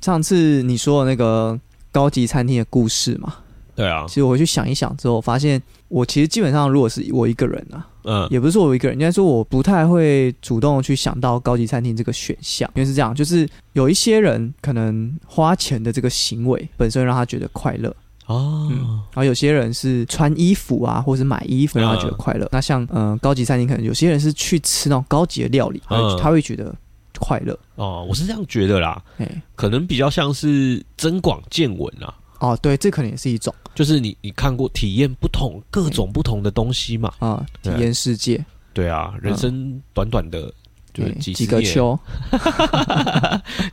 上次你说的那个高级餐厅的故事嘛，对啊其，实我回去想一想之后，发现我其实基本上如果是我一个人啊，嗯也不是说我一个人，应该说我不太会主动去想到高级餐厅这个选项，因为是这样，就是有一些人可能花钱的这个行为本身让他觉得快乐，嗯哦，然后有些人是穿衣服啊，或是买衣服让他觉得快乐。那像嗯、呃高级餐厅，可能有些人是去吃那种高级的料理，他会嗯他会觉得快乐。哦，我是这样觉得啦，哎、可能比较像是增广见闻啊，哦，对，这可能也是一种就是你你看过体验不同各种不同的东西嘛，啊、体验世界，对啊，人生短短的就是哎几十几个年， 秋，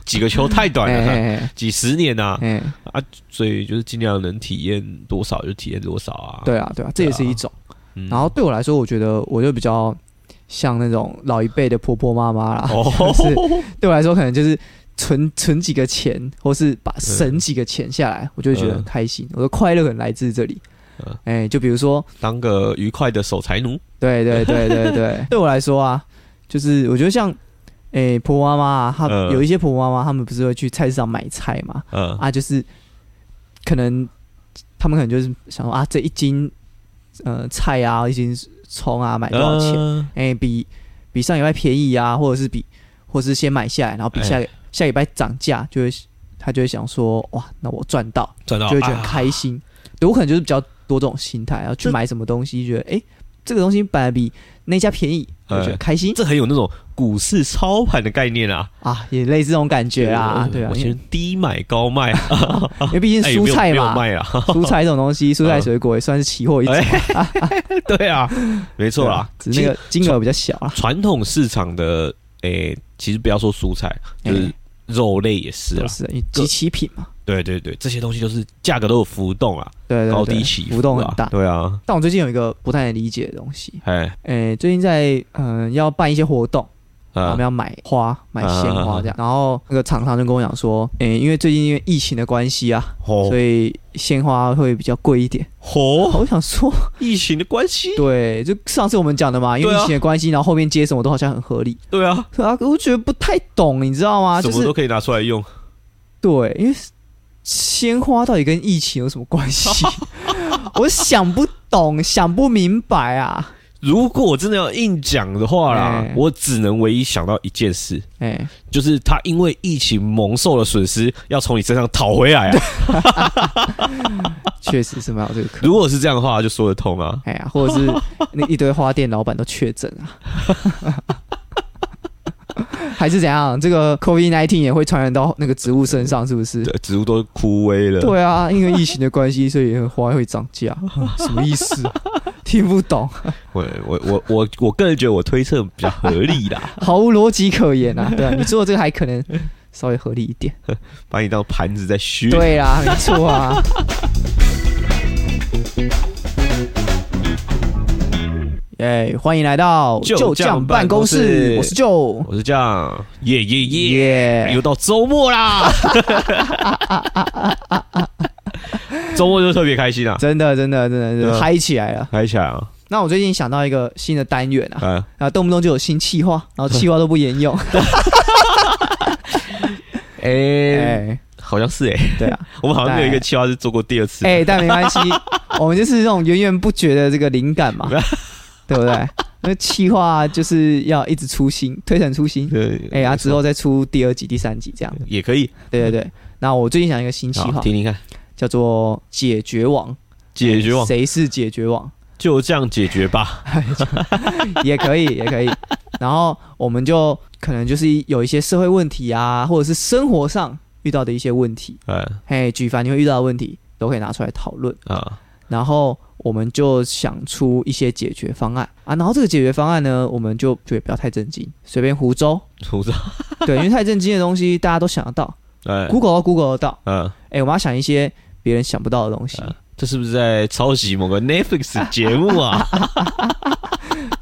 几个球太短哎了，哎几十年啊，哎，哎所以就是尽量能体验多少就体验多少啊。对啊对啊，这也是一种。嗯，然后对我来说，我觉得我就比较像那种老一辈的婆婆妈妈啦， 就是哦，对我来说可能就是。存存几个钱，或是嗯把省几个钱下来，我就会觉得很开心。我的快乐可能来自这里嗯。哎、就比如说，当个愉快的守财奴，对对对对 对，对我来说啊，就是我觉得像诶、婆婆妈妈、啊，她嗯有一些婆婆妈妈，她们不是会去菜市场买菜嘛？嗯啊，就是可能他们可能就是想说啊，这一斤呃菜啊，一斤葱啊，买多少钱？嗯诶、比比上礼拜便宜啊，或者是比，或者是先买下来，然后比下、哎下礼拜涨价，就会她就会想说哇，那我赚到，赚到就会觉得很啊开心。对我可能就是比较多这种心态，然后去这买什么东西，觉得哎、诶这个东西本来比那家便宜，我觉得哎开心、这很有那种股市操盘的概念啊。呃啊，也类似这种感觉啊，对啊我，因为先低买高卖，因为毕竟哎有 没蔬有菜没有嘛，卖啊， 蔬菜这种东 西，蔬菜水果也算是期货一种嘛，对啊，没哎错啦啊，只是那个金额比较小啊啦。传统市场的，诶，其实不要说蔬菜，就是哎肉类也是都啊，是因为集齐品嘛，对对对，这些东西都是价格都有浮动啊，对对高低对，起浮动啊很大。对啊，但我最近有一个不太能理解的东西，哎，哎，最近在嗯要办一些活动，我啊们，要买花、买鲜啊啊啊花啊这样，然后那个厂商就跟我讲说，诶，因为最近因为疫情的关系啊，吼所以鲜花会比较贵一点。吼，我想 说，疫情的关系，对，就上次我们讲的嘛，因为疫对啊情的关系，然后后面接什么都好像很合理。对啊，对啊，我觉得不太懂，你知道吗？什啊就么是都可以拿出来用，对，因为鲜花到底跟疫情有什么关系？我想不懂，想不明白啊！如果我真的要硬讲的话啦，哎我只能唯一想到一件事，哎、就是他因为疫情蒙受了损失，要从你身上讨 回来啊。确实是蛮有这个可能。如果是这样的话，就说得通啊。哎呀，或者是那一堆花店老板都确诊啊， 还是怎样？这个 COVID nineteen 也会传染到那个植物身上，是不是对？，植物都枯萎了。，对啊，因为疫情的关系，所以花会涨价，什么意思、啊？听不懂，我我我我我个人觉得我推测比较合理 啦，毫无逻辑可言啊！对啊，你做这个还可能稍微合理一点。把你当盘子在削。，对啦，没错 啊。耶欢迎来到旧旧将将办办公公室室，我是旧。我是这样，耶耶耶，耶又到周 末啦。周末就特别开心啊，真的，真的，真的，真对的啊嗨起来了。开起来啊，那我最近想到一个新的单元 啊，啊，啊，动不动就有新企划， 然后企划都不沿用。哎，哎，好像是哎，对啊， 我们好像没有一个计划是做过第二次。哎，但没 关系，我们就是这种源源不绝的这个灵感 嘛，对不对？那企划就是要一直出新，推陈出新。对，哎，然后之后再出第二集、第三集这样。也可以，对对对。那我最近想一个新企嗯好划，听听看，叫做“解决网”，解决网哎谁是解决 网？就这样解决吧。也可以，也可以。然后我们就可能就是有一些社会问题啊，或者是生活上遇到的一些问题，哎嘿，举凡你会遇到的问题都可以拿出来讨论。啊，然后我们就想出一些解决方案啊。然后这个解决方案呢，我们就就也不要太震惊，随便胡诌。胡子，对，因为太震惊的东西大家都想得 到哎， ，Google 都 Google 得到。嗯，哎、我们要想一些别人想不到的东西，这是不是在抄袭某个 Netflix 节 目啊？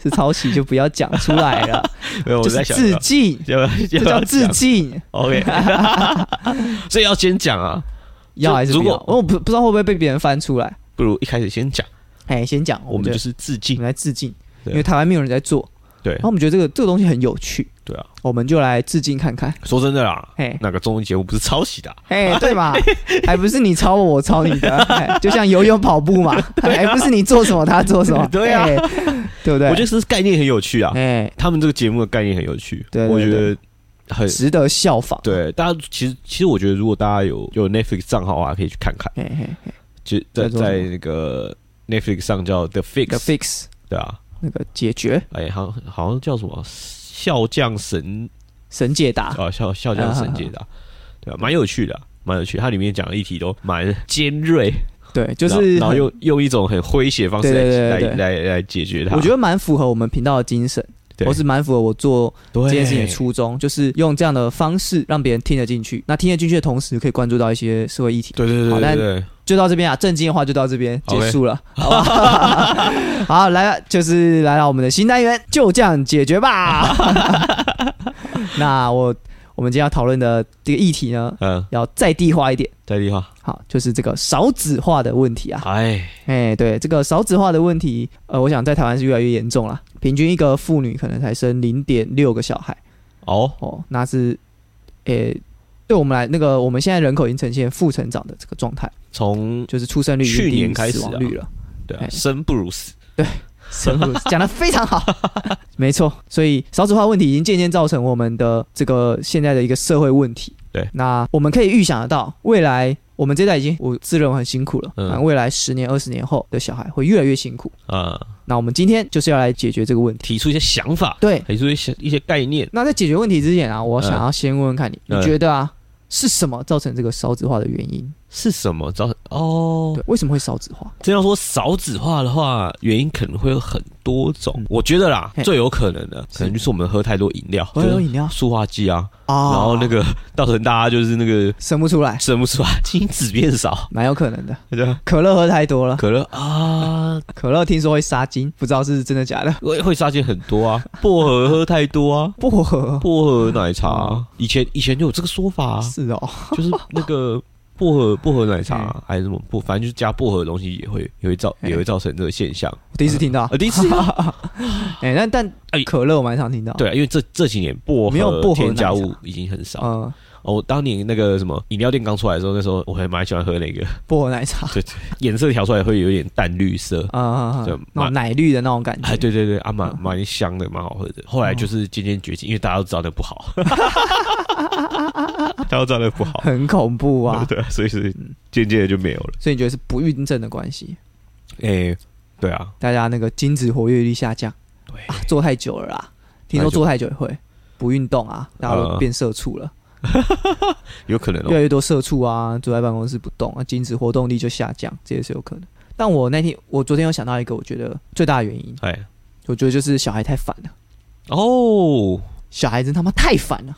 是抄袭就不要讲出来了，没有， 我就是在想致敬，要这 要叫要致讲敬， OK，所以要先讲啊，要还是如不果要？我不不知道会不会被别人翻出来。不如一开始先讲，哎，先讲，我们觉就得是致我敬。们来致敬，对因为台湾没有人在做，对然后我们觉得这个这个东西很有趣，对啊，我们就来致敬看看。说真的啦，嘿，哪个综艺节目不是抄袭的啊、嘿，对嘛，还不是你抄我，我抄你的，嘿就像游泳、跑步 嘛，还不是你做什么，他做什么，啊对啊嘿，对不对？我觉得是概念很有趣啊，哎，他们这个节目的概念很有趣，对对我觉得很值得效仿。，对。大家其实其实我觉得，如果大家有有 Netflix 账号啊，可以去看看，嘿嘿嘿就在在做什么在那个 Netflix 上叫 The ，The Fix， Fix 对啊，那个解决哎，好像好像叫什么笑匠神神解答，啊，笑笑匠神解答，对啊，蛮有趣的啊、蛮有趣。它里面讲的议题都蛮尖锐，对，就然后是然后很用用一种很诙谐的方式对对来对对来来来解决它。我觉得蛮符合我们频道的精神，对我是蛮符合我做对这件事情的初衷，就是用这样的方式让别人听得进去。那听得进去的同时，可以关注到一些社会议题。对对好对对但对，就到这边啊，正经的话就到这边 OK 结束了，好吧？ 好，来，就是来到我们的新单元，就这样解决 吧。那我我们今天要讨论的这个议题呢，嗯，要再地化一点，在地化，好，就是这个少子化的问题啊。哎，哎，对，这个少子化的问题，呃，我想在台湾是越来越严重了。平均一个妇女可能才生零点六个小孩哦，哦，那是，诶，对我们来那个我们现在人口已经呈现负成长的这个状态，从就是出生率已经去年低于开始死亡啊率了，对啊，哎生不如死，生不如死讲的非常好， 没错。所以少子化问题已经渐渐造成我们的这个现在的一个社会问题。对，那我们可以预想得到，未来我们这代已经我自认为很辛苦了，嗯嗯，未来十年、二十年后的小孩会越来越辛苦。啊、那我们今天就是要来解决这个问题。提出一些想法，对，提出一些一些概念，那在解决问题之前啊，我想要先问问看你，嗯你觉得啊，是什么造成这个少子化的原因？是什么造成？哦对，，为什么会少子化？真要说少子化的话，原因可能会有很多种。嗯我觉得啦嘿，最有可能的，可能就是我们喝太多饮料，喝就有是饮料塑化剂啊，啊然后那个造成大家就是那个生不出来，生不出来， 精子变少，蛮有可能的。对吧可乐喝太多了，可乐啊，可乐听说会杀精，不知道是真的假的。会会杀菌很多啊，薄荷喝太多啊。薄荷薄荷奶茶啊、以前以前就有这个说法、啊，哦是哦，就是那个薄荷薄荷奶茶啊、还是什么薄，反正就是加薄荷的东西也会也会造嘿哦也会造成这个现象。我第一次听到啊，。第一次 哎，但但哎可乐我蛮常听到。，对啊，因为这这几年薄没有荷薄荷添加奶茶物已经很少。嗯，哦，我当年那个什么饮料店刚出来的时候，那时候我还蛮喜欢喝那个薄荷奶茶颜色调出来会有点淡绿色，啊啊，啊对那种奶绿的那种感哎，觉。对对对，啊，嗯蛮蛮香的，蛮好喝的。后来就是渐渐绝迹，因为大家都知道那不好， 大家都知道那不好，！很恐怖啊对啊，所以是渐渐的就没有了。所以你觉得是不孕症的关系，哎，对啊，大家那个精子活跃率下降。对啊，坐太久了啦，听说坐太久也会不运动啊，大家都变社畜了，有可能越哦。来越多社畜啊，坐在办公室不动啊，精子活动力就下降，这也是有可能。但我那天我昨天有想到一个我觉得最大的原因，哎，我觉得就是小孩太烦了，哦，小孩真他妈太烦了，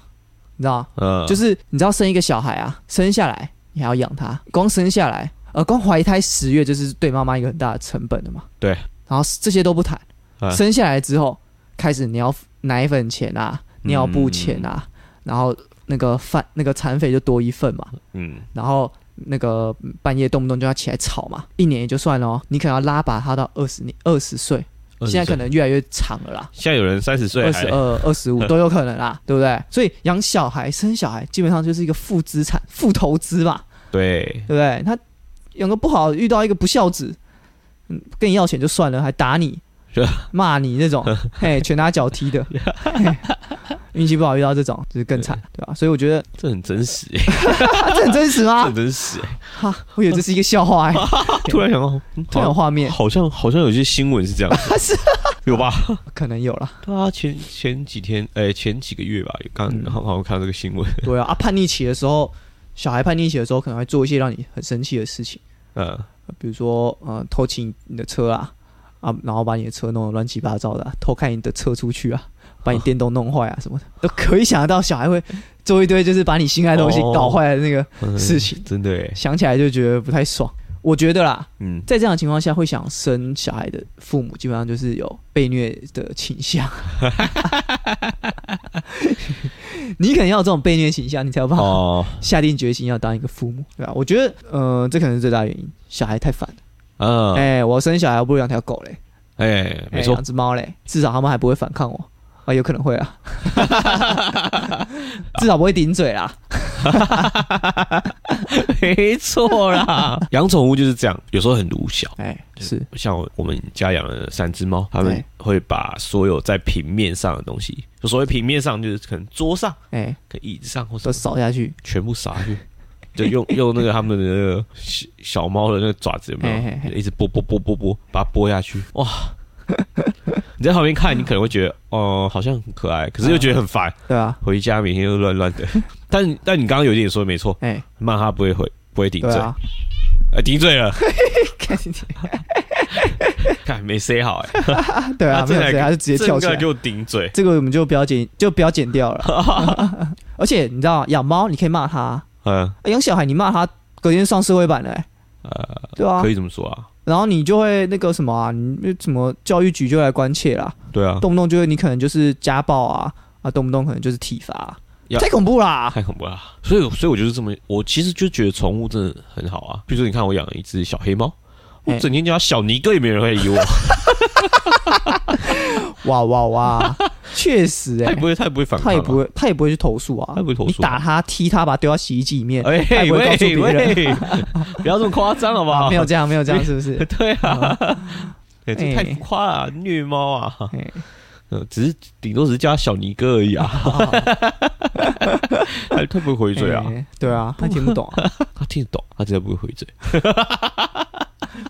你知道吗？呃，就是是你知道生一个小孩啊，生下来你还要养他，光生下来，呃，光怀胎十月就是对妈妈一个很大的成本的嘛。对。然后这些都不谈，啊生下来之后开始你要奶粉钱啊、尿布钱啊，然后那个饭那个残费就多一份嘛，嗯，然后那个半夜动不动就要起来吵嘛，一年也就算了哦，你可能要拉拔他到二十年二十岁， 20现在可岁能越来越长了啦。现在有人三十岁二还十二、二十五都有可能啦， 对不对？所以养小孩、生小孩基本上就是一个负资产、负投资嘛，对对，不对？他养个不好，遇到一个不孝子，嗯，跟你要钱就算了，还打你是、骂你这种，嘿，拳打脚踢的，嘿运气不好遇到这种就是更惨，对吧、所以我觉得、这很真实欸，啊、这很真实这 吗很？真实啊欸。哈，我以为这是一个笑话、欸，突然想到，嗯突然有画面，好像好像有些新闻是这样子，是有吧？ 可能有了。对啊，前前几天，哎、前几个月吧，刚嗯好好像看到这个新闻，对啊，啊，叛逆期的时候，小孩叛逆期的时候，可能会做一些让你很生气的事情。嗯，比如说呃偷骑你的车啊啊，然后把你的车弄得乱七八糟的啊、偷开你的车出去啊，把你电动弄坏啊什 么的，都可以想得到小孩会做一堆就是把你心爱的东西哦搞坏的那个，嗯事情真的哎，想起来就觉得不太爽。我觉得啦，嗯，在这样的情况下，会想生小孩的父母基本上就是有被虐的倾 向。你可能要有这种被虐倾向，你才有办法哦，下定决心要当一个父母，对吧？我觉得，呃，这可能是最大的原因，小孩太烦了。嗯，哎哎、我生小孩我不如养条狗嘞，哎，没错哎，养只猫嘞，至少他们还不会反抗我。啊，有可能会 啊，至少不会顶嘴 啦。没错啦， 养宠物就是这样，有时候很鲁小。哎，是，像我们家养了三只猫，它们对会把所有在平面上的东西，就所谓平面上就是可能桌上、哎，可能椅子上或都者扫下去，全部撒下去，就用 用那个它们的那个小小猫的那个爪子有没嘿嘿有，嘿就一直拨拨拨拨拨，把它拨下去， 哇！你在旁边看，你可能会觉得，哦、好像很可爱，可是又觉得很烦。对吧？回家每天都乱乱的，但但你刚刚有一点也说的没错，哎，骂他不会回，不会顶对嘴，啊，呃，顶嘴了， 看你 看没塞好哎、对啊，他没进有来谁，他就直接跳起这来个。就顶嘴，这个我们就不要剪，就不要剪掉了。 而且你知道，养猫你可以骂它，哎嗯。养小孩你骂它，隔天上社会版的、欸，呃，对啊可。以这么说啊，然后你就会那个什么啊，你什么教育局就来关切啦，对啊，动不动就会你可能就是家暴啊，啊，动不动可能就是体罚啊、呀太恐怖啦！太恐怖了。啊所以，所以我就是这么，我其实就觉得宠物真的很好啊。比如说，你看我养了一只小黑猫，我哎整天叫它小尼哥，也没人会理我，哇哇哇， 确实它哎、也不会，它也不会反抗、他啊，也不会，他也不会去投诉啊，它也不会投你诉啊打他、踢他，把他丢到洗衣机里面，哎、他也不会告诉喂别人。喂，不要这么夸张好不好？啊没有这样，没有这样，是不 是？对啊，哎这哎太浮夸了啊，虐猫啊，哎呃只是顶多只是叫它小尼哥而已啊，哦它它不会回嘴啊，哎对啊，他听不懂 啊，它听得懂，它真的不会回嘴。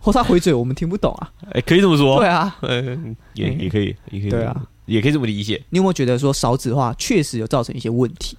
或他回嘴我们听不懂啊。哎，可以这么说对，啊， 嗯，也哎也可以，也可以，对啊，也可以这么理解。你有没有觉得说少子化确实有造成一些问题，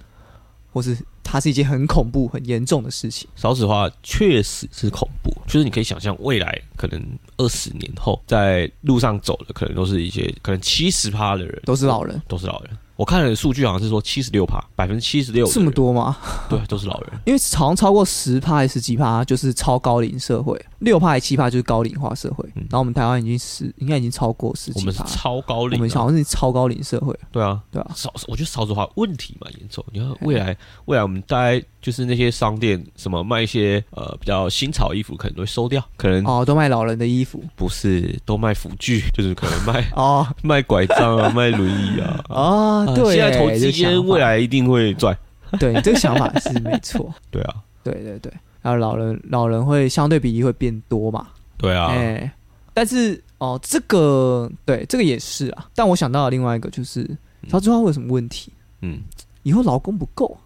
或是它是一件很恐怖、很严重的事情？少子化确实是恐怖，就是你可以想象未来可能二十年后，在路上走的可能都是一些可能七十趴的人都是老人，都是老人。我看了数据好像是说七十六趴，百分之七十六这么，多吗？对，都是老 人。因为好像超过十趴还是十几趴，就是超高龄社会；六趴还七趴就是高龄化社会。嗯然后我们台湾已经十，应该已经超过十我几们是趴了，超高我龄、们啊，好像是超高龄社会，对啊，对吧、少，我觉得少子化问题蛮严重。你看未来，未来我们大概就是那些商店什么卖一些呃比较新潮衣服，可能都会收掉，可能哦，都卖老人的衣服不是都卖辅具，就是可能 卖哦卖拐杖啊，卖轮椅 啊，哦，啊对耶，现在投资这个想间法未来一定会赚。对你这个想法是没错， 对啊，对对对。然后老人老人会相对比例会变多嘛？对啊，哎、但是哦，这个对，这个也是啊。但我想到了另外一个，就是嗯曹志花会有什么问题？嗯，以后劳工不够，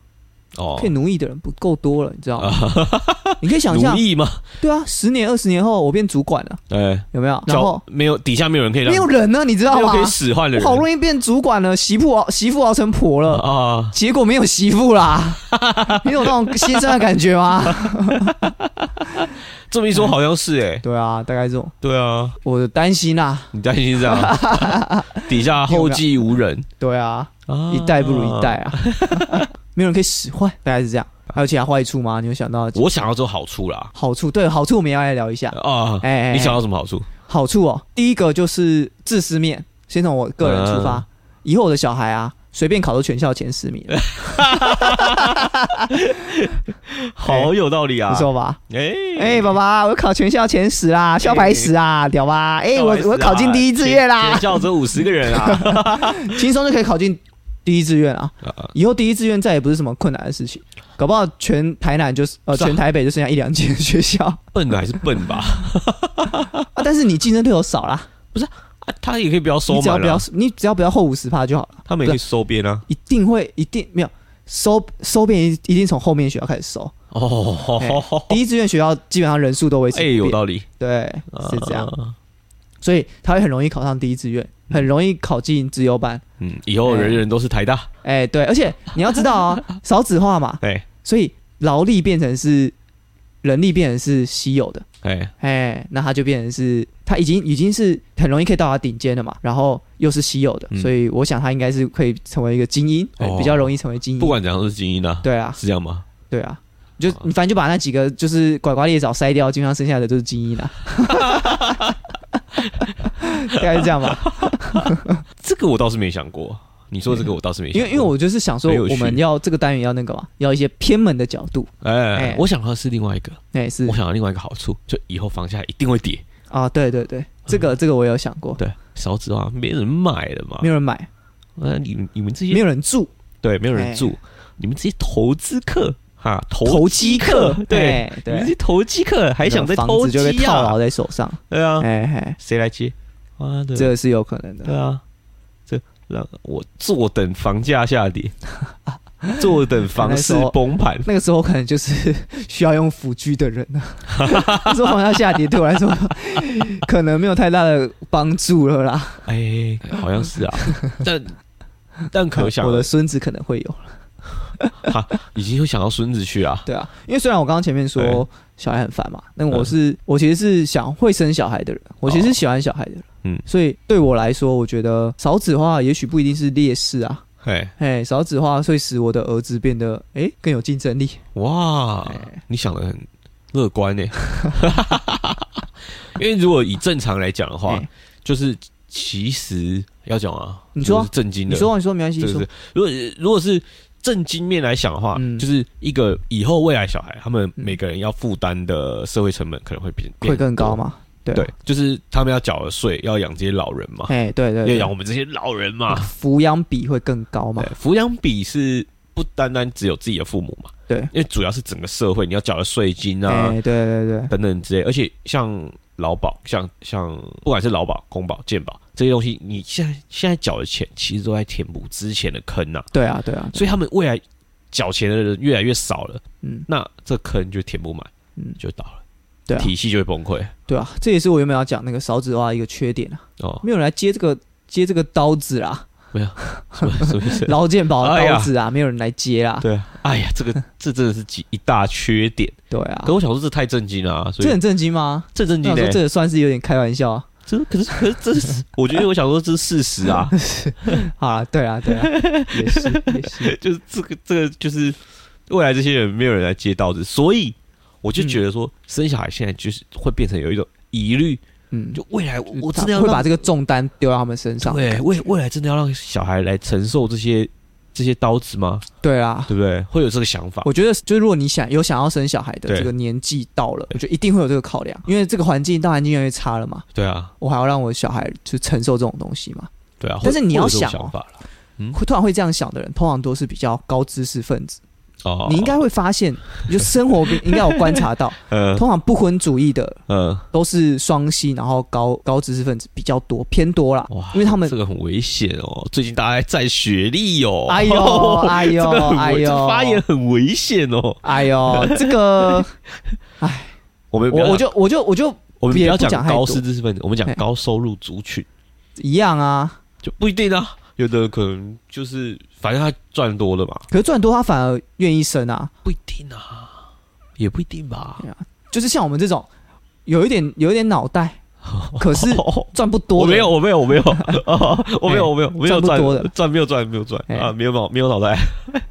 哦，啊可以奴役的人不够多了，你知道吗？ 你可以想象奴，役嘛，对啊，十年、二十年后我变主管了， 哎，有没有？然叫后没有底下没有人可以啊让没有人呢，你知道没有吗可？以使唤的我人，好不容易变主管了，媳妇熬媳妇熬成婆了，啊，结果没有媳妇 啦，你有那种先生的感觉吗？这么一说好像是哎，对啊，大概这种，对啊，我的担心啊啦、你担心是这 样，底下后继无人，对啊，啊一代不如一代。 啊，没有人可以使唤，大概是这样。还有其他坏处吗？你有想到我想要做好处啦，好处？对，好处我们要来聊一下。啊，哎哎哎你想要什么好处？好处哦，第一个就是自私面。先从我个人出啊发，以后我的小孩啊，随便考到全校前 十名，好有道理啊哎你，说吧？哎哎，爸爸，我考全校前十 啦，校排十啊，屌吧？哎，我我考进第一志愿啊啦全全，校只有五十个人啊， 轻松就可以考进第一志愿啊啊。以后第一志愿再也不是什么困难的事情，搞不好全台南就是呃是啊全台北就剩下一两间学 校笨的还是笨吧？啊，但是你竞争对手少啦。啊他也可以不要收你只要满不要啊，，你只要不要后五十趴就好了，他们也可以收编啊。一定会一定没有收收编一一定从后面学校开始收，哦，第一志愿学校基本上人数都维持哎，不有变，道理，对，是这样，啊。所以他会很容易考上第一志愿，很容易考进自由班。嗯，以后人人都是台大，哎，对，而且你要知道 啊，少子化嘛，哎所以劳力变成是人力变成是稀有的，哎，哎，那他就变成是他已经已经是很容易可以到达顶尖了嘛，然后又是稀有的，嗯所以我想他应该是可以成为一个精英，哎哦比较容易成为精英。不管怎样都是精英啊，对啊，是这样吗？对哦啊，就你反正就把那几个就是拐瓜裂枣筛掉，基本上剩下的都是精英啦。 大概是这样吧，这个我倒是没想过，你说这个我倒是没想因过，为因为我就是想说很有，趣我们要这个单元要那个嘛，要一些偏门的角度，哎哎，我想到的是另外一个，那也是我想到另外一个好处，就以后房价一定会跌，嗯啊，对对对，这个这个我有想过，对，少子化没人买了嘛没，有人买，呃，你们你们这些没有人住，对没有哎人住，你们这些投资客哈，投投机机客客，对，哎你对们这些投机客还想再房投子机就被套啊牢？在手上，对啊，哎嘿，谁来接？妈的，这个是有可能的。对啊，这让我坐等房价下 跌，坐等房市崩盘。那个时候可能就是 需要用辅具的人啊， 那时候房价下跌对我来说 可能没有太大的帮助了啦。哎，好 像是啊，但但可想我的孙子可能会有，哈，已经会想到孙子去啊。对啊，因为虽然我刚刚前面对嗯说小孩很烦嘛，但我是、我其实是想会生小孩的人，我其实是喜欢小孩的人，嗯所以对我来说，我觉得少子化也许不一定是劣势啊，嘿，哎，少子化会使我的儿子变得哎、更有竞争力，哇，你想的很乐 观呢。因为如果以正常来讲的话哎，就是就是其实要讲啊，你说啊就是震惊的，你说啊你说没关系，就你说是如果如果是正经面来想的话，嗯就是一个以后未来小孩他们嗯每个人要负担的社会成本可能会变会更高？变嘛？对多啊对，就是他们要缴的税，要养这些老人嘛，哎，对对要对，养我们这些老人嘛。抚养比会更高嘛对，？抚养比是不单单只有自己的父母嘛，对因为主要是整个社会你要缴的税金啊、哎，对对对，等等之类，而且像劳保、像像不管是劳保、公保、健保这些东西，你现在现在缴的钱其实都在填补之前的坑呐、对啊对啊，所以他们未来缴钱的人越来越少了，嗯那这坑就填不满，嗯，就倒了，对啊体系就会崩溃对啊，这也是我原本要讲那个少子化的一个缺点啊， 哦，没有人来接这个接这个刀子啦，是不是？是不是？劳健保哎的呀刀子啊，没有人来接啦，对啊，哎呀，这个这真的是几一大缺点。对啊可，我想说，这太震惊了、啊，所这以很震惊吗？这震我惊想的、说这也算是有点开玩笑啊，这可是可是这 是，我觉得我想说这是事实啊，好啦，对啊对啊， 也是也是，就是这个这个就是未来这些人没有人来接刀子，所以我嗯就觉得说、生小孩现在就是会变成有一种疑虑，嗯，就未来我我真他的要会让把这个重担丢到他们身上，对未未来真的要让小孩来承受这些这些刀子吗？对啊。对不对？会有这个想法，我觉得，就是如果你想有想要生小孩的啊对这个年纪到了，我觉得一定会有这个考量，因为这个环境大环境越来越差了嘛，对啊，我还要让我小孩去承受这种东西嘛？对啊。但是会你要会有这种想哦想法了会突然会这样想的人，通常都是比较高知识分子。哦，你应该会发现，你就生活边应该有观察到， 嗯通常不婚主义的嗯，都是双薪，然后高高知识分子比较多，偏多啦。哇，因为他们这，个很危险哦。最近大家在占学历哦，哎呦哎呦 这个很危哎呦这发言很危险哦。哎 呦，这个我们不要我我讲就我就我就我们不也要不讲讲太高多知识分子，我们讲嘿高收入族群一样啊。就不一定啊。有的可能就是反正他赚多了嘛，可是赚多他反而愿意生啊，不一定啊，也不一定 吧。就是像我们这种有一点有一点脑 袋，可是赚不多哦我的。没有，我没有，我 没有，哦我没有，我没有，我没有赚不多的赚赚没有赚没有赚哎啊，没有脑没有脑袋。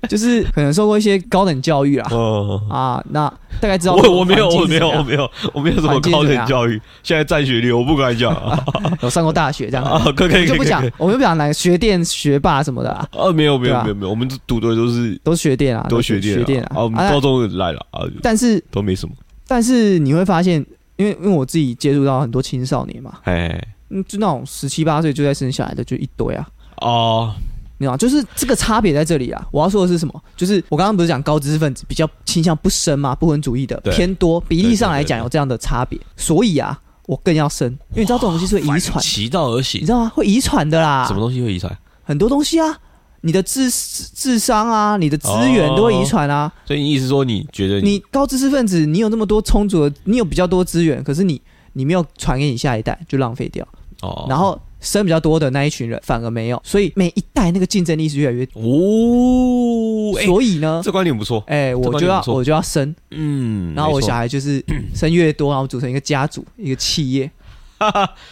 就是可能受过一些高等教育啦。哦， 啊，那大概知道我我没有环境我是没怎有样我没有我没有什么环境是高怎等样教育，现在占学历我不敢 讲啊，有上过大学这样子。啊可以可以就可以不可以讲，我们不讲哪个学店、学霸什么的啊，啊，没有没对有啊没有没有，我们读的都是都是学店啊，都是学学弟店啊，啊，我们啊高中来了啊，但是都没什么。但是你会发现，因为因为我自己接触到很多青少年嘛，哎，嗯，就那种十七八岁就在生小孩的就一堆啊，哦，你知道吗，就是这个差别在这里啊。我要说的是什么？就是我刚刚不是讲高知识分子比较倾向不生嘛，不婚主义的对偏多，比例上来对讲对对对有这样的差别，所以啊，我更要生，因为你知道这种东西是会遗传，其道而行你知，道吗？会遗传的啦，什么东西会遗传？很多东西啊。你的智智商啊，你的资源哦都会遗传啊。所以你意思说，你觉得你你高知识分子，你有那么多充足的，你有比较多资源，可是你你没有传给你下一代，就浪费掉。哦，然后生比较多的那一群人反而没有，所以每一代那个竞争力是越来越。哦，哎，所以呢，这观点不错，哎、这我观就点要不错我就要生，嗯，然后我没错小，孩 就是生越多，然后组成一个家族，一个企 业。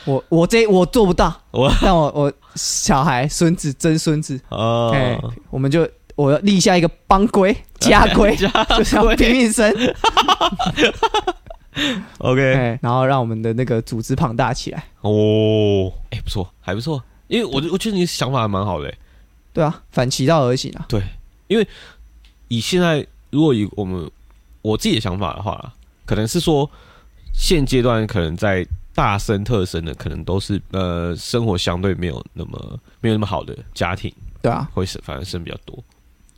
我我这我做不到我，但我我小孩、孙子、曾孙子，啊，哎、我们就我要立下一个帮规、家规 家就是要拼命 生。 ，OK，哎，然后让我们的那个组织庞大起来。哦，哎，不错，还不错，因为我我觉得你想法还蛮好的，哎对啊，反其道而行啊。以现在如果以我们我自己的想法的话，可能是说现阶段可能在大生特生的，可能都是呃生活相对没有那么没有那么好的家庭，对啊，会生反而生比较多，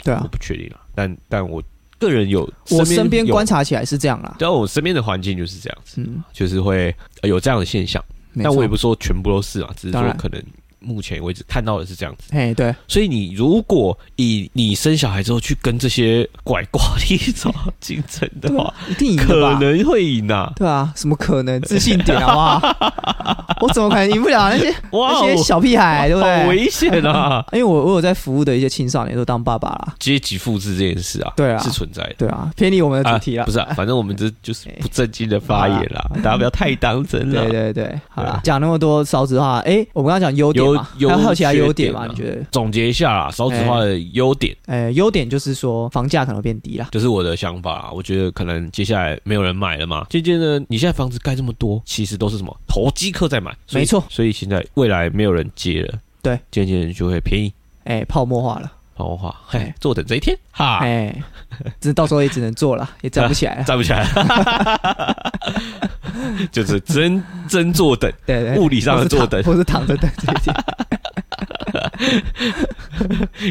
对我啊，不确定啊。但但我个人有我身边有观，察起来是这样啦。但我身边的环境就是这样子，嗯，就是会呃有这样的现象。没但我错也不是说全部都是啊，只是当说然可能目前为止看到的是这样子。嘿，对，所以你如果以你生小孩之后去跟这些拐瓜立草竞争的对话啊，一定赢的可吧？能会赢啊！对啊，什么可能？自信点 好不好？我怎么可能赢不了那些哇那哦，些小屁孩，对不好对？危险啊！ 因为我我有在服务的一些青少年都当爸爸啦，阶级复制这件事啊，对啊是存在的。对啊，偏离我们的啊，主题了不。是、啊，反正我们这 就是不正经的发言啦，大家不要太当真了。对对对，好对啦啊，讲那么多烧纸的话，哎，我们刚刚讲优点嘛，还优 有还有其他优优点缺点嘛？啊你觉得？总结一下啦，少子化的优点、呃，优点就是说房价可能变低啦，就是我的想法啊，我觉得可能接下来没有人买了嘛，渐渐的，你现在房子盖这么多，其实都是什么投机客在买，所以没错所以现在未来没有人接了，对，渐渐就会便宜。哎，泡沫化了，好话，嘿哎，坐等这一天，哈，哎，这到时候也只能做 了，也站不起来了。站不起来， 就是真真坐等，对对，物理上的坐等哎或是躺着等这一 点。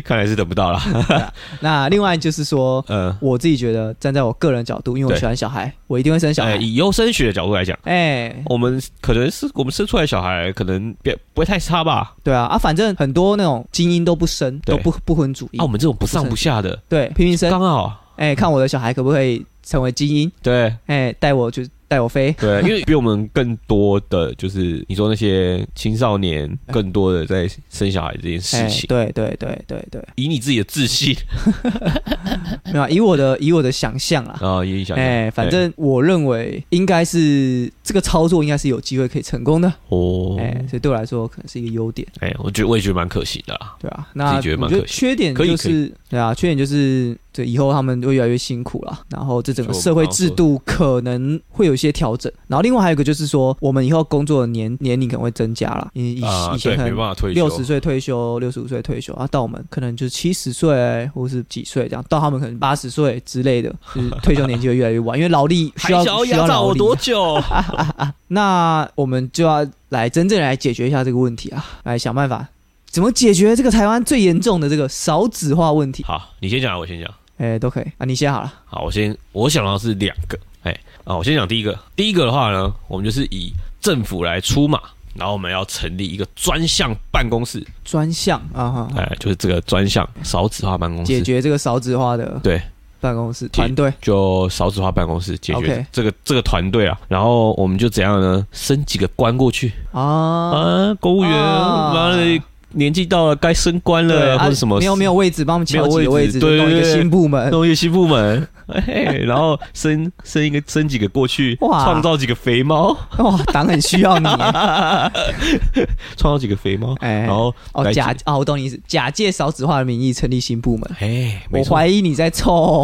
看来是等不到了。那另外就是说，呃，我自己觉得站在我个人角度，因为我对喜欢小孩，我一定会生小呃孩。以优生学的角度来讲。哎，我们可能是我们生出来小孩，可能别不会太差吧？对啊，啊，反正很多那种精英都不生，对都不不婚主义啊，我，们这种不上不下的，对，拼命生。刚好哎，看我的小孩可不可以成为精英？对哎，带我就带我飞。对，因为比我们更多的就是你说那些青少年更多的在生小孩这件事哎，情，对对对对对，以你自己的 自信没有啊以我的以我的想象啦。啊，也影响哎、反正我认为应该是这个操作应该是有机会可以成功的，哦哎、所以对我来说可能是一个优点，哎，我觉得我也觉得蛮可惜的啦。对啊？那自己觉得我蛮觉得可惜缺点可以就可是，对啊，缺点就是这以后他们会越来越辛苦了，然后这整个没错社会制度可能会有一些调整，然后另外还有一个就是说，我们以后工作的年年龄可能会增加了，以以、啊，以对，前可没能办法退休六十岁退休，六十五岁退休啊，到我们可能就是七十岁或是几岁这样，到他们可能八十岁之类的，就是退休年纪会越来越晚，因为劳力需要 还想要需要压榨劳我力。多 久？那我们就要来真正来解决一下这个问题啊，来想办法怎么解决这个台湾最严重的这个少子化问题。好，你先讲，我先讲。哎、都可以啊，你先好了。好，我先我想到是两个，哎啊，我先讲第一个，第一个的话呢，我们就是以政府来出马，然后我们要成立一个专项办公室，专项啊哈，哎，就是这个专项少子化办公解室，决这个少子化的对办公室团队，就少子化办公室解 OK 决这个这个团队啊，然后我们就怎样呢？升几个官过去啊。啊，公务员啊妈的年纪到了该升官对了，啊或者什么没有没有位置，帮我们没调有几个位位置置，对弄一个对对新部门。 弄一个新部门，哎，然后升升一个升几个过去，哇创造几个肥猫，哇，党很需要你。 啊创造几个肥猫，哎 然后哦，来假啊，我懂你意思，假借少子化的名义成立新部门。哎，没我错，怀疑哦你在凑，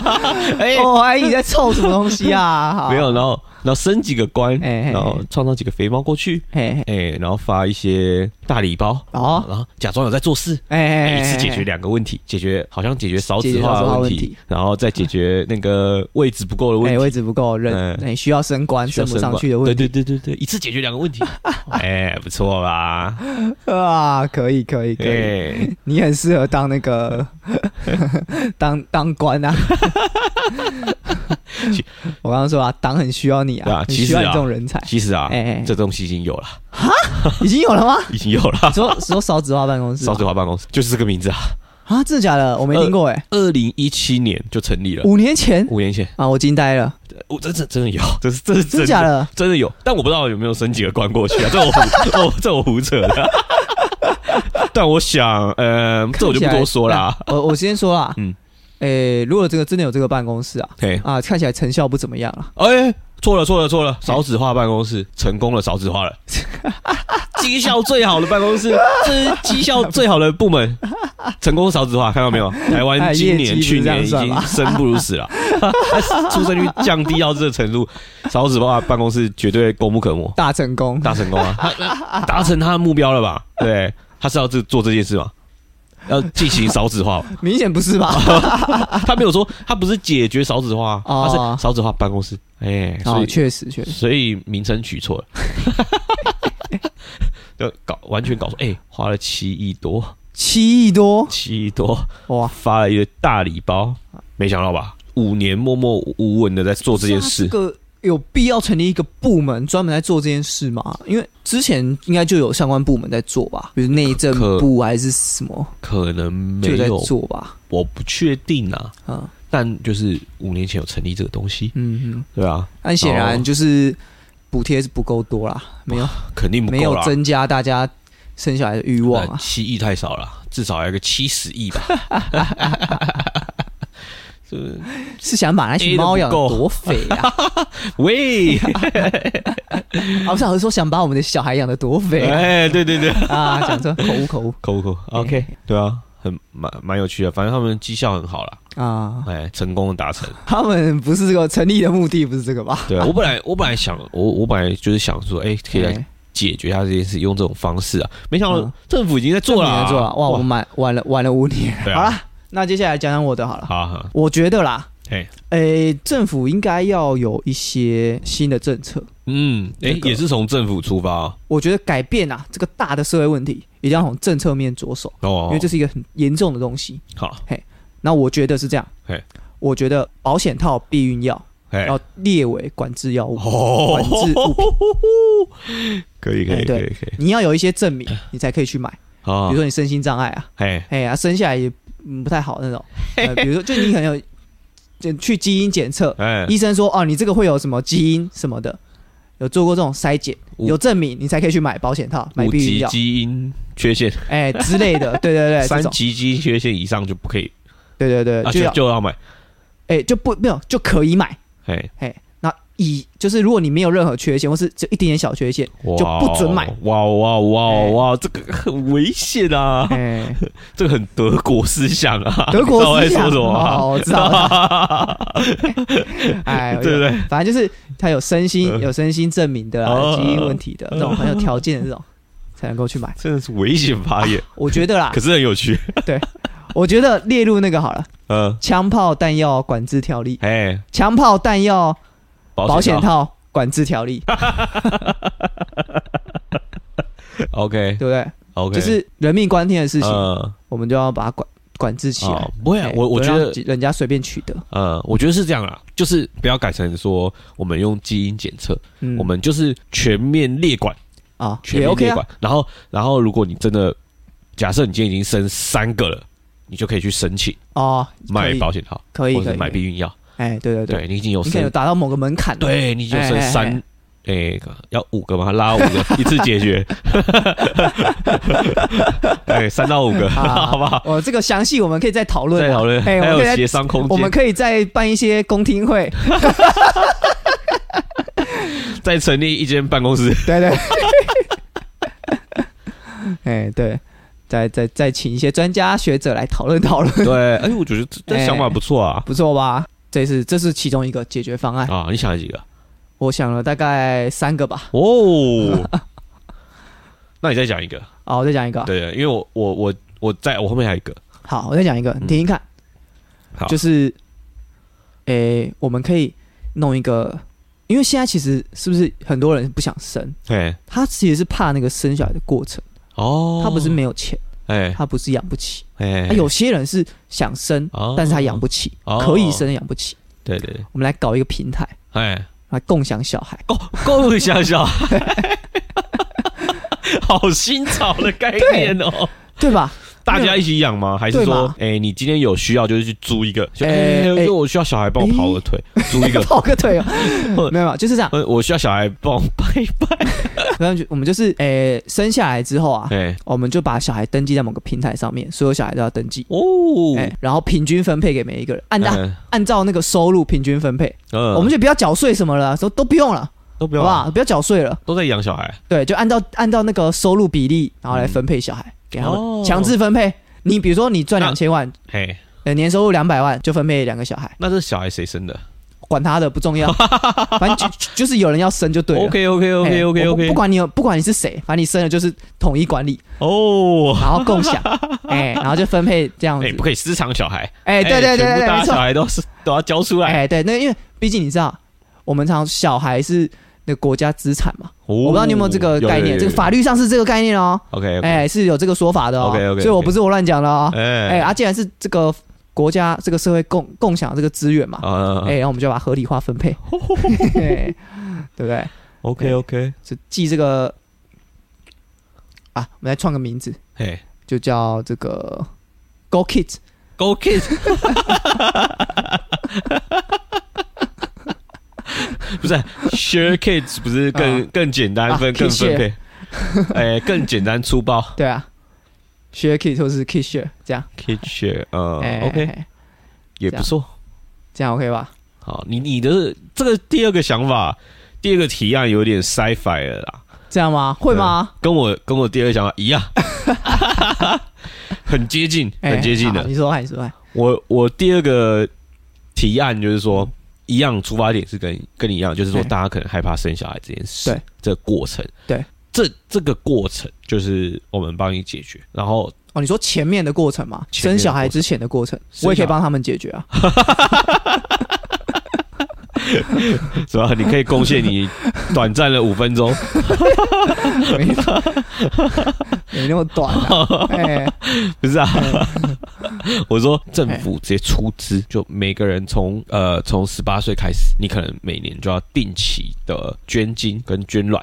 哎我怀疑你在凑什么东西啊？好 没，有，然后然后升几个官，哎哎然后创造几个肥猫过去，嘿嘿，哎，然后发一些大礼包，哦，然后假装有在做事。哎哎哎哎，一次解决哎两个问题，解决好像解决少子解决少化子化的问问题题，然后再解决那个位置不够的哎，问题，位置不够，人嗯哎需要升官，需要升不上官去的问对对对对对，一次解决两个 问题，哎，不错吧？题啊，可以可以可以，哎， 你很适合当那 个当当官啊。我刚刚说啊，党很需要你对啊啊，很其需实要啊你这种人才。其实啊哎哎，这东西已经有了，已经有了吗？已经有 了。说说少子化办公室吗少子呃化办公室就是这个名字啊，啊，真的假的？我没听过哎，二零一七年就成立了，五年前五年前，啊，我惊呆了，我真真真的有，这是这是真的假的？真的有，但我不知道有没有升几个官过去啊，这 我胡哦，这我胡扯的。 但我想，呃，这我就不多说啦。我我先说啦，嗯嗯，诶，如果这个真的有这个办公室啊，嘿，啊，看起来成效不怎么样啊，哎，错了错了错了，少子化办公室成功了，少子化了，绩效最好的办公室，这是绩效最好的部门，成功少子化，看到没有？台湾哎今业绩年、不是去这样年已算经吧生不如死了， 出生率降低到这个程度，少子化办公室绝对功不可没。大成 功，大成功啊，他 他达成他的目标了吧？对，他是要这做这件事嘛，要进行少子 化。明显不是吧？啊他没有说他不是解决少子化，啊哦他是少子化办公室。哎、所哦，以、确实确实，所以名称取 错了，就搞完全搞错。哎、花了七亿多，七亿多七亿多哇！发了一个大礼包，没想到吧？五年默默无闻的在做这件是啊事，个有必要成立一个部门专门来做这件事吗？因为之前应该就有相关部门在做吧，比如内政部还是什么，可能没就有在有，做吧。我不确定啊。嗯但就是五年前有成立这个东西，嗯嗯，对啊，但显然哦就是补贴是不够多啦，没有肯定不没够有啦。增加大家生小孩的欲望那啊。七亿太少了，至少要个七十亿 吧。是不是是想把那群猫养得多肥 啊？喂，啊，不是，我是说想把我们的小孩养得多肥啊哎，对对对， 啊？讲这口误口误口口 OK，哎对啊，很蛮蛮有趣的，啊反正他们绩效很好啦，啊，哎，成功的 达成。他们不是这个成立的目的不是这个吧？对啊，我本来我本来想，我我本来就是想说，哎，可以来哎解决一下这件事，用这种方式啊，没想嗯到政府已经在做了啊，做了，哇，我晚晚了晚了五年。对好啊了，那接下来讲讲我的好了。好好，我觉得啦，哎，诶、政府应该要有一些新的政策。嗯，哎这，个也是从政府出发哦我觉得改变啊，这个大的社会问题一定要从政策面着手，哦，因为这是一个很严重的东西。好，那我觉得是这样嘿，我觉得保险套、避孕药哎，要列为管制药物。哦管制物 可以可哎以可对以可以，哦你要有一些证明，你才可以去买。比好如，说你身心障碍啊，哎，哎呀、啊，生下来也嗯不太好那种。呃、比如说，就你可能有就去基因检测，哎，医生说哦，你这个会有什么基因什么的，有做过这种筛检，五有证明，你才可以去买保险套、买五避孕级药，基因缺陷，哎、之类 的，对对对，这三种，级基因缺陷以上就不可以，对对对，啊就就要就要买，哎、就不没有就可以买，哎，哎、那以就是如果你没有任何缺陷，或是只有一点点小缺陷，哇就不准买，哇哇哇哎哇，这个很危险啊， 哎、这个很德国思想啊，德国你思知想道我在说什么吗？哦，我知 道，我知道哎，对不对？反正就是它有身心嗯有身心证明的哦啊，基因问题的这种很有条件的这种，才能够去 买。真的是危险发言，我觉得啦可，是很有趣。我觉得列入那个好了，嗯， 《枪炮弹药管制条例》。哎，枪炮弹药保险险套管制条例， ，OK 对不对？ OK，就是人命关天的事情，嗯，我们就要把它管管制起来好。不会啊哎，我我不觉要得，让人家随便取得，嗯，我觉得是这样啦，就是不要改成说我们用基因检测，嗯，我们就是全面列管，啊全也面 OK 列啊管。然后，然后如果你真的假设你今天已经生三个了，你就可以去申请哦，可买以保险套，可以或可者以买避可以孕药。哎，对对对，对你已经有你可能有生，达到某个门槛，，对你已经有生哎哎哎三，哎，要五个吗？拉五个，一次解决。哎，三到五个，啊 好不好？哦，这个详细我们可以再讨论再啊，讨论，还哎我们可以有再协商空我们间，可以再办一些公听 会，再成立一间办公室。对 对，哎对，再再再请一些专家学者来讨论讨论，对， 哎，我觉得这这想法不错啊。不错吧？这是这是其中一个解决方案，啊，你想了几个？我想了大概三个吧。哦， 那你再讲一个。好，我再讲一个。对，因为我我我我在我后面还有一个。好，我再讲一个，你听听看。嗯好就是，诶、我们可以弄一个，因为现在其实是不是很多人不想生，哎，他其实是怕那个生小孩的过程，哦，他不是没有钱，哎他不是养不起，哎啊，有些人是想生，哦但是他养不起，哦可以生养不起，对对对，我们来搞一个平台哎，来共享小孩。够够想想， 好新潮的概念哦。对吧？大家一起养吗？还是对说嘛，哎、你今天有需要就是去租一个，就哎、哎因哎为我需要小孩帮我跑个腿，租 一个。 跑个腿哦，没有没有，就是这样。呃，我需要小孩帮我 拜拜。然后就我们就是诶、生下来之后啊，哎、我们就把小孩登记在某个平台上面，所有小孩都要登记，哦，哎、然后平均分配给每一个人，按照、嗯按照那个收入平均分配，嗯我们就不要缴税什么了，都都不用了，都不好不要啊，好？不要缴税了，都在养小孩。对，就按照按照那个收入比例，然后来分配小孩、给他嗯哦们，强制分配。你比如说你赚那两千万，哎、呃，年收入两百万，就分配两个小孩，那这小孩谁生的管他的不重 要，反正就就就是有人要生就对了。 ？OK OK 哎 OK 我 OK 不 OK，不管你有，不管你是谁，反正你生了就是统一管理，哦，然后共 享，哎、然后就分配这样哎、子，不可以私藏小孩。哎、对对对全对部对，大没家错哎小，孩都是都要教出来。哎、对，那因为毕竟你知道，我们常小孩是那国家资产嘛。我我不知道你有没有这个概念，这个法律上是这个概念哦， OK，哎，是有这个说法的哦。 OK，OK，OK 所以我不是我乱讲的哦。哎哎啊，既然是这个国家这个社会共共享这个资源嘛，啊哎，然后我们就把它合理化分 配，对不对？哎，OK OK，就记这个啊，我们来创个名字，哎就叫这个 Go Kids。，Go Kids，不是啊 Share Kids，不是更啊更简单分更分配，哎，更简单粗暴对啊，share kit 或是 kit share 这样， Kids Share，哎嗯，OK 哎也不错。这样 OK 吧？好，你你的这个第二个想法，第二个提案有点 sci-fi 了啦，这样吗？会吗？跟我跟我第二个想法 一样，很接近，哎啊很接近好的。你说看，你说看，我我第二个提案就是说，一样出发点是跟跟你一样，就是说哎大家可能害怕生小孩这件事，对这个过程，对这这个过程就是我们帮你解决，然后哦，你说前面的过程嘛，前面的生小孩之前的过程，生我也可以小孩帮他们解决啊。是吧？你可以贡献你短暂的五分 钟，没没那么短啊，哎，不是啊？ 我说政府直接出资，就每个人从呃从十八岁开始，你可能每年就要定期的捐精跟捐卵。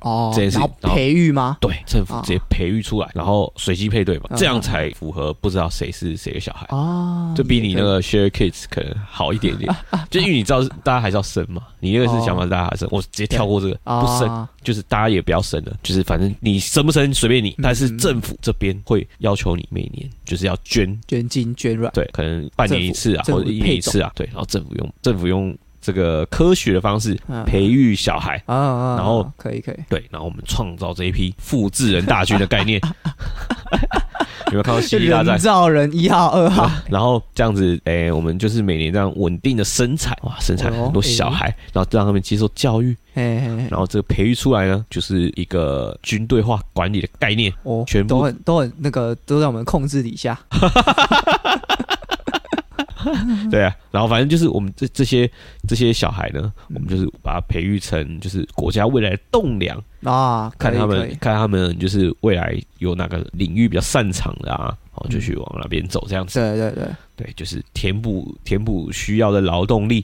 哦这件，事然后然后培育吗？对，政府直接培育出来，然后随机配对嘛，哦嗯这样才符合不知道谁是谁的小孩，哦，就比你那个 share kids 可能好一点点， 就因为你知道是大家还是要生嘛，你那个是哦想法是大家还生，我直接跳过这个，啊不生就是大家也不要生了，就是反正你生不生随便你，嗯但是政府这边会要求你每年就是要捐，捐精捐卵，对，可能半年一次啊，政或府者一年一次啊，对，然后政府用政府用这个科学的方式嗯培育小孩，啊啊，然后啊可以可以，对，然后我们创造这一批复制人大军的 概念。有没有看到《星际大战人》？造人一号二号，然后这样子，哎、我们就是每年这样稳定的生产，哇，生产哦很多小孩，然后让他们接受教育，哎哎，哎嗯然后这个培育出来呢，就是一个军队化管理的概念。哦，全部都很都很那个都在我们控制底下，嗯对啊，然后反正就是我们这这些这些小孩呢，嗯我们就是把它培育成就是国家未来的栋梁，啊，可看以他可们以看他们就是未来有哪个领域比较擅长的啊，嗯哦，就去往那边走这样子。对对对，对，就是填补填补需要的劳动力，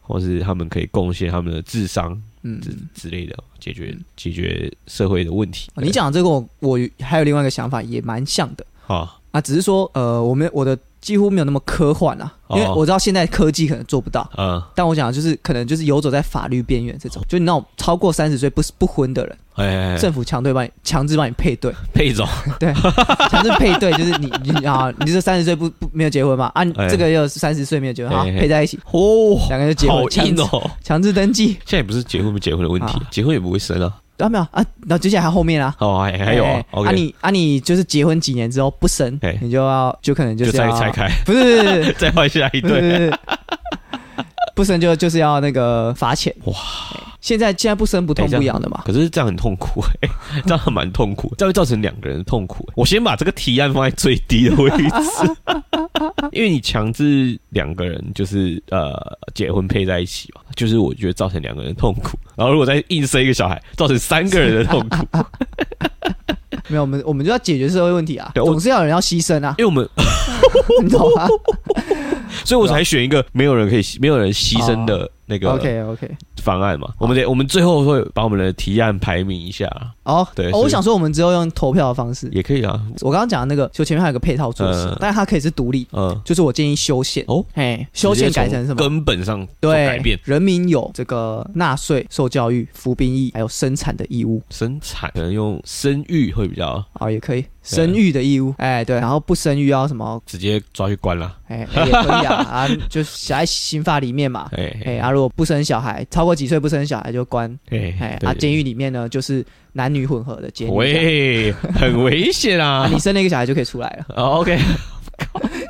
或是他们可以贡献他们的智商嗯，之之类的，解决解决社会的问题。哦你讲的这个我我还有另外一个想法也蛮像的啊，啊，只是说呃，我们我的几乎没有那么科幻啊，因为哦我知道现在科技可能做不到，嗯，但我讲的就是可能就是游走在法律边缘这种，就你那种超过三十岁不不婚的人，哎哎，哎政府强对帮你强制帮你配 对，配种，强制配对就是你你啊，你这三十岁不不没有结婚嘛啊，你哎这个又三十岁没有结婚，好哎哎配在一起，哦，两个人就结好婚，强硬制哦。强制登记，现在不是结婚不结婚的问题啊，结婚也不会生啊。啊没有啊，然后接下来还有后面啊。哦，还还有哎啊啊，OK，你啊你就是结婚几年之后不生哎，你就要就可能就是再要拆开， 不是再换下一不是不是 对。不是，不生就就是要那个罚钱哇哎现在现在不生不痛哎这样不痒的嘛，可是这样很痛苦哎，这样蛮 痛苦，这样会造成两个人的痛苦。欸我先把这个提案放在最低的位 置，因为你强制两个人就是呃结婚配在一起嘛，就是我觉得造成两个人的痛苦。然后如果再硬生一个小孩，造成三个人的痛 苦，没有我们我们就要解决社会问题啊，对我总是要有人要牺牲啊 因，为我们，你懂 吗所以我才选一个没有人可以没有人牺牲的那个啊？OK 啊 OK，方案嘛。我们得我们最后会把我们的提案排名一下，哦对哦所以我想说我们之后用投票的方式，也可以啊，我刚刚讲的那个就前面还有个配套措施嗯，但是它可以是独立，嗯。就是我建议修宪哦，哎，修宪改成什么？根本上做对，改变人民有这个纳税、受教育、服兵役，还有生产的义务生产，可能用生育会比较啊、也可以生育的义务，哎，对，然后不生育要什么，直接抓去关了。 哎，哎也可以啊，啊，就是写在刑法里面嘛，哎哎，啊，如果不生小孩，超过几岁不生小孩就关，哎哎，啊，监狱，狱里面呢就是男女混合的监狱这样。喂，很危险啊，啊！你生了一个小孩就可以出来了。 哦 OK，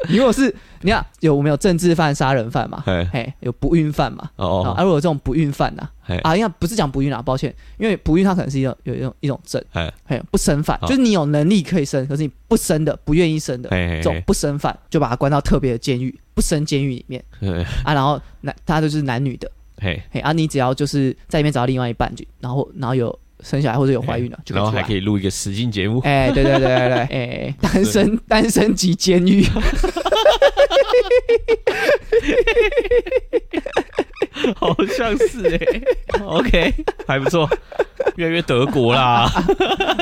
你如果是你看有我们有政治犯、杀人犯嘛，哎哎，有不孕犯嘛，啊，哦哎如果有这种不孕犯呐、嘿啊，应该不是讲不孕啊，抱歉，因为不孕它可能是一种有一种一种症，哎还有不生犯，好就是你有能力可以生，可是你不生的、不愿意生的哎这种不生犯，就把他关到特别的监狱，不生监狱里面哎啊，然后男他就是男女的，嘿，嘿啊，你只要就是在里面找到另外一半，就然后然后有生小孩或者有怀孕了，就然后出还来可以录一个实境节目，哎、对对对对对，哎、单身单身级监狱， 好像是哎、OK，还不错，越来越德 国啦，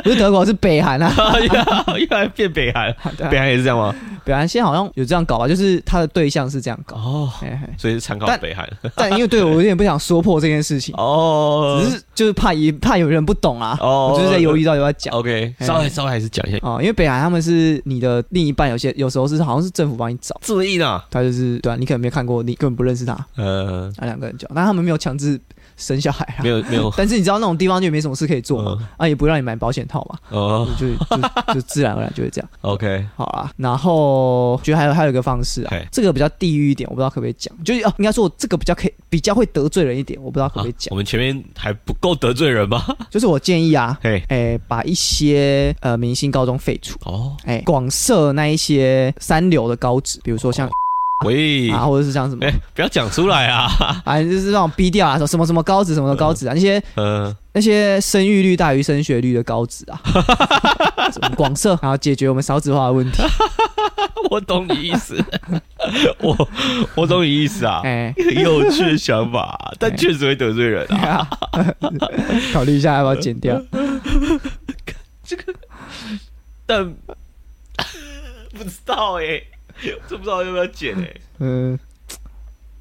不是德国是北韩啊，越来越来变北韩，对啊北韩也是这样吗？北韩现在好像有这样搞吧，就是他的对象是这样搞，哦，嘿嘿所以是参考但北韩但因为对我有点不想说破这件事情，哦，只是就是怕也怕有人不懂啊，哦我就是在犹豫到底要不要讲。哎 OK，嘿稍微稍微还是讲一下哦，因为北韩他们是你的另一半，有些有时候是好像是政府帮你找，注意呢，他就是对啊，你可能没看过，你根本不认识他，呃，啊两个人交，但他们没有强制生小孩啊没。有没有，但是你知道那种地方就也没什么事可以做嘛，嗯啊也不让你买保险套嘛，哦就就就自然而然就会这样。 ，OK，好啦，然后觉得还有还有一个方式啊嘿，这个比较地域一点，我不知道可不可以讲，就是哦应该说我这个比较可以比较会得罪人一点，我不知道可不好可以，讲我，们前面还不够得罪人吧？就是我建议啊，嘿，哎、把一些呃明星高中废除， 哦，哎、广设那一些三流的高职，比如说像、哦啊喂，啊，或者是像什么哎，不要讲出来 啊，啊，就是那种低调啊，什么什么什么高职，什么高职啊，那些嗯，那些生育率大于升学率的高职啊，什么广设，然后解决我们少子化的 问题， 我懂你意 思，我我懂你意思啊，哎、很有趣的想法，但确实会得罪人啊。啊考虑一下要不要剪掉。但 不知道哎、这不知道要不要剪哎、嗯，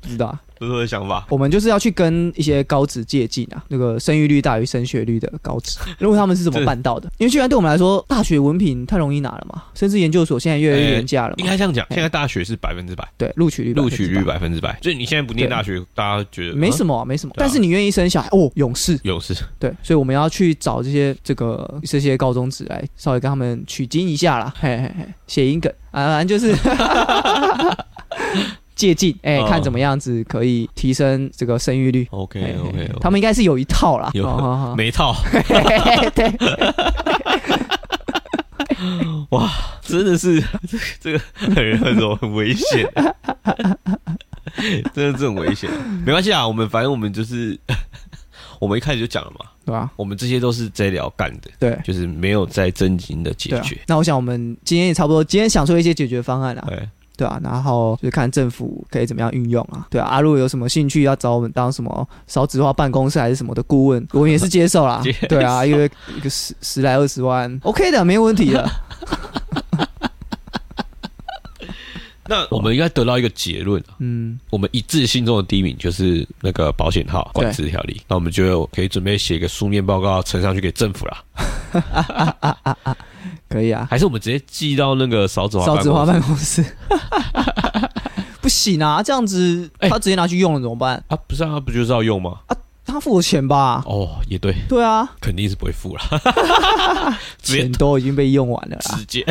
不知道啊，这是我的想法。我们就是要去跟一些高职借近啊，那个生育率大于升学率的高 职，如果他们是怎么办到的？因为现在对我们来说，大学文凭太容易拿了嘛，甚至研究所现在越来越廉价了应嘛，该这样讲，哎现在大学是百分之百，对，录取率录取率吧，百分之百，所以你现在不念对大学，大家觉得没什么么啊、没什么，对啊但是你愿意生小孩哦，勇士，有事。对，所以我们要去找这些这个这些高中职来稍微跟他们取经一下啦，嘿嘿嘿，谐音梗啊，反正就是 借近，哎、哦看怎么样子可以提升这个生育率。 OK 嘿嘿 OK，嘿他们应该是有一套啦，有哦好好没套，对，真的是 这个很很很危险， 真的是很危险。没关系啊，我们反正我们就是 我们一开始就讲了嘛，对 吧？我们这些都是在聊干的，对，就是没有在正经的对解啊决。。那我想我们今天也差不多，今天想出一些解决方案啦，哎，对啊，然后就是看政府可以怎么样运用啊，对啊。阿如果有什么兴趣要找我们当什么少子化办公室还是什么的顾问，我们也是接受啦 接受。对啊，一个一个十十来二十万，OK 的，没问题 的。那我们应该得到一个结论啊，嗯，我们一致心中的第一名就是那个保险号管制条例。那我们就可以准备写一个书面报告呈上去给政府啦，可以啊。还是我们直接寄到那个少子化少子化办公室办公室， 不行啊，这样子哎他直接拿去用了怎么办？啊？不是啊，不就是要用吗？他付我钱吧？哦，也对，对啊，肯定是不会付啦， 直接钱啊哎都已经被用完了啦。直接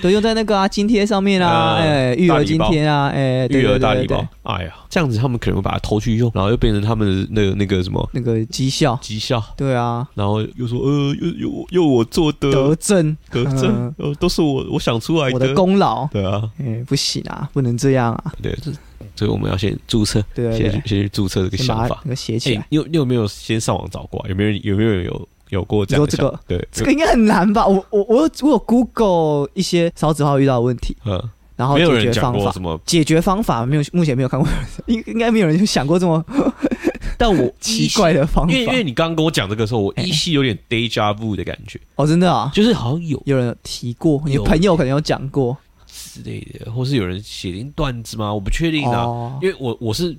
对，用在那个啊津贴上面啊，呃哎、育大儿礼津包贴啊，哎、对 育儿大礼。对对对包对。哎呀，这样子他们可能会把它偷去用，然后又变成他们的那个那个什么那个绩效，绩效，对啊，然后又说呃，又又又我做的德政，得证，呃，都是我我想出来嗯我的功劳，对啊，哎、不行啊，不能这样啊，对，这所以我们要先注册，对对先对去先去注册这个先想把它法。那个写起哎、来。你有你有没有先上网找过、啊？有没有人有没有人有有过这样你的说这想个法？对，这个应该很难吧？我我我有我有 Google 一些少子化遇到的问题，嗯，然后没有解人决讲方过法什，么，解决方法没有，目前没有看过， 应应该没有人想过这么但我 奇怪的方法因为因为你刚刚跟我讲这个时候，我哎依稀有点 deja vu 的感觉，哦，真的啊，就是好像有有人有提过，你有朋友可能有讲过，之类的，或是有人写进段子吗？我不确定啊，哦，因为我我是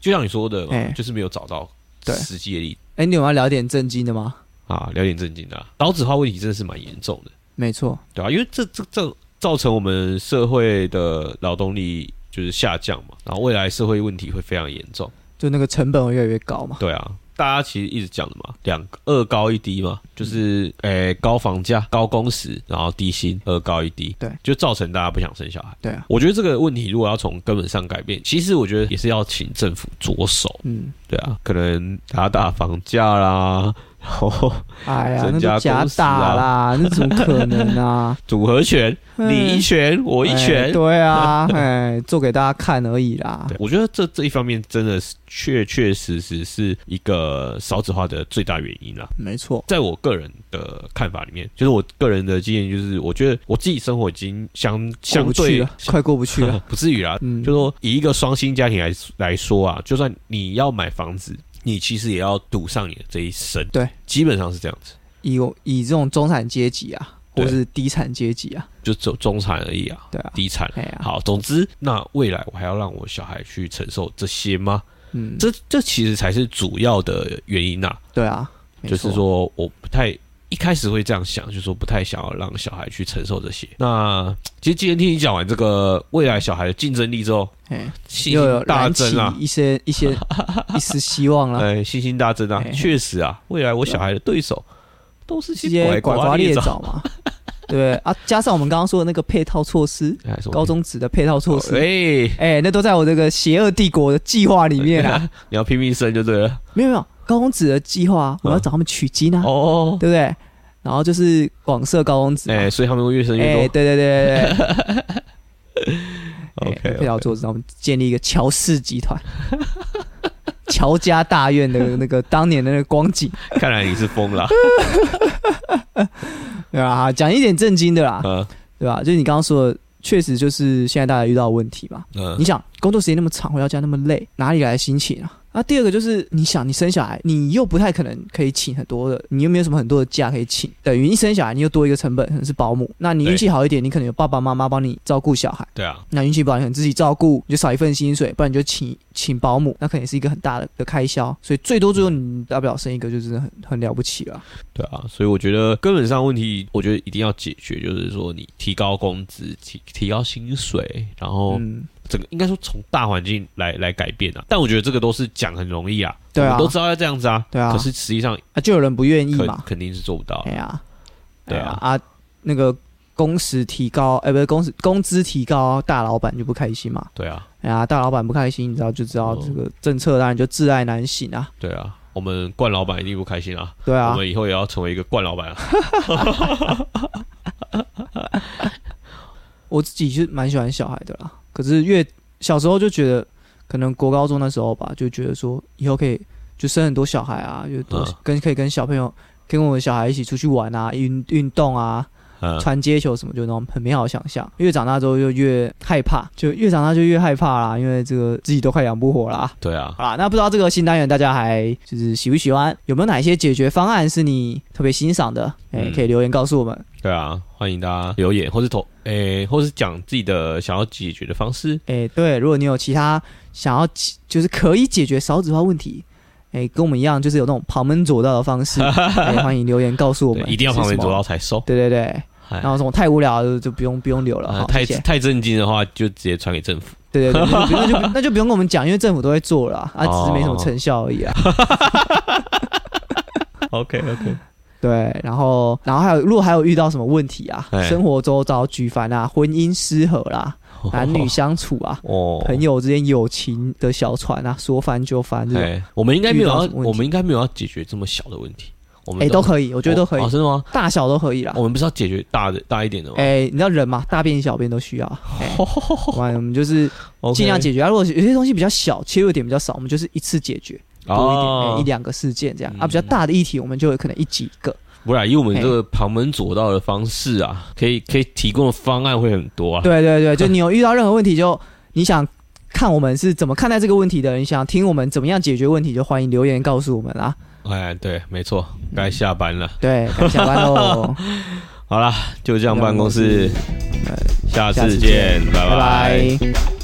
就像你说的嘛，哎就是没有找到对实际的例子哎、你有要聊点正经的吗？啊，聊点正经的、啊，老子化问题真的是蛮严重的，没错，对啊，因为这这这造成我们社会的劳动力就是下降嘛，然后未来社会问题会非常严重，就那个成本会越来越高嘛。对啊。大家其实一直讲的嘛，两个二高一低嘛，就是诶、高房价、高工时，然后低薪，二高一低，对，就造成大家不想生小孩。对啊，我觉得这个问题如果要从根本上改变，其实我觉得也是要请政府着手。嗯，对啊，可能打打房价啦，然后哎呀，那增加都假公司打啊啦，那怎么可能啊？组合拳， 你一嗯拳我一哎拳。对啊，哎，做给大家看而已啦。对我觉得这这一方面真的是确确实实是一个少子化的最大原因啦。啊没错，在我个人的看法里面，就是我个人的经验，就是我觉得我自己生活已经相过相不去对了，快过不去 了。不至于啦。嗯就说以一个双薪家庭来来说啊，就算你要买房子，你其实也要赌上你的这一生。对，基本上是这样子，以我以这种中产阶级啊，对或是低产阶级啊，就走中产而已啊，对啊，低产。哎呀，好，总之，那未来我还要让我小孩去承受这些吗？嗯，这这其实才是主要的原因呐、对啊，没就是错，说我不太一开始会这样想，就是说不太想要让小孩去承受这些。那其实今天听你讲完这个未来小孩的竞争力之后，哎，信又有心大燃起增啊！一些一 些一丝希望了。哎，信心大增啊哎！确实啊，未来我小孩的对手都是直些接拐瓜瓜裂裂枣，枣嘛， 对啊，加上我们刚刚说的那个配套措施，哎什么高中职的配套措施，哎，哎，那都在我这个邪恶帝国的计划里面啊。 你要拼命生就对了没有没有，高中职的计划啊，我要找他们取经啊，嗯哦。对不对？然后就是广设高中职嘛，哎，所以他们会越生越哎，对多。对对对 对哎，配 OK，套措施，然后我们建立一个乔氏集团。 乔家大院的那个当年的那个光景，看来你是 疯了。对吧？啊讲一点正经的啦，嗯对吧？就是你刚刚说的，确实就是现在大家遇到的问题嘛。嗯你，想工作时间那么长，回到家那么累，哪里来的心情啊？啊，第二个就是你想，你生小孩，你又不太可能可以请很多的，你又没有什么很多的假可以请，等于一生小孩你又多一个成本，可能是保姆。那你运气好一点，你可能有爸爸妈妈帮你照顾小孩，对啊，那运气不好，你可能自己照顾，你就少一份薪水，不然你就请请保姆，那肯定是一个很大的的开销。所以最多最后你大不了生一个，就真的很很了不起了。对啊，所以我觉得根本上问题，我觉得一定要解决，就是说你提高工资、提提高薪水，然后嗯，整个应该说从大环境来来改变啊。但我觉得这个都是讲很容易啊，对啊我们都知道要这样子啊，对啊可是实际上啊，就有人不愿意肯嘛，肯定是做不到哎。呀，对啊哎呀啊，那个工时提高，哎、不是工时工资提高，大老板就不开心嘛。对啊，哎呀，大老板不开心，你知道就知道哦这个政策当然就挚爱难行啊。对啊，我们冠老板一定不开心啊，对啊我，们以后也要成为一个冠老 板啊。我自己是蛮喜欢小孩的啦，可是越小时候就觉得，可能国高中那时候吧，就觉得说以后可以就生很多小孩啊，就多、嗯跟可以跟小朋友。跟我们小孩一起出去玩啊，运运动啊，嗯，传接球什么，就那种很美好的想象。越长大之后就越害怕，就越长大就越害怕啦，因为这个自己都快养不活啦、对啊，好啦，那不知道这个新单元大家还就是喜不喜欢？有没有哪一些解决方案是你特别欣赏的？哎、嗯可以留言告诉我们。对啊，欢迎大家留言，或是投，诶、或是讲自己的想要解决的方式。哎、对，如果你有其他想要解就是可以解决少子化问题，哎、跟我们一样，就是有那种旁门左道的方 式，哎、欢迎留言告诉我对们，一定要旁边是什左么道。才收。对对对，哎然后什么太无聊了就不用不用留了，啊好，太谢谢。太震惊的话，就直接传给政府。对对 对，那就不那就不那就不用跟我们讲，因为政府都会做了啊，啊只是没什么成效而已哦啊。 OK OK， 对，然后然后还有，如果还有遇到什么问题啊，哎生活周遭举凡啊，婚姻失和啦，男女相处啊，哦，朋友之间友情的小船啊，说翻就翻这种，哎，我们应该没有要遇到什，么问题我们应该没有要解决这么小的问题。我们哎，都可以，我我觉得都可以哦，，真的吗？大小都可以啦我。们不是要解决大的大一点的吗？哎，你知道人嘛，大便小便都需要，哎我们我们就是哦 OK，尽量解决。啊，如果有些东西比较小，切入点比较少，我们就是一次解决多一点，哎哦一，两个事件这样啊。嗯比较大的议题，我们就有可能一几个。不然以我们这个旁门左道的方式啊，可以可以提供的方案会很多 啊。对对对，就你有遇到任何问题就，你想看我们是怎么看待这个问题的，你想听我们怎么样解决问题，就欢迎留言告诉我们啦。哎，对，没错，嗯该下班了。对，该下班 喽，好啦，就这样，办公室，下哎下次次见见，拜拜拜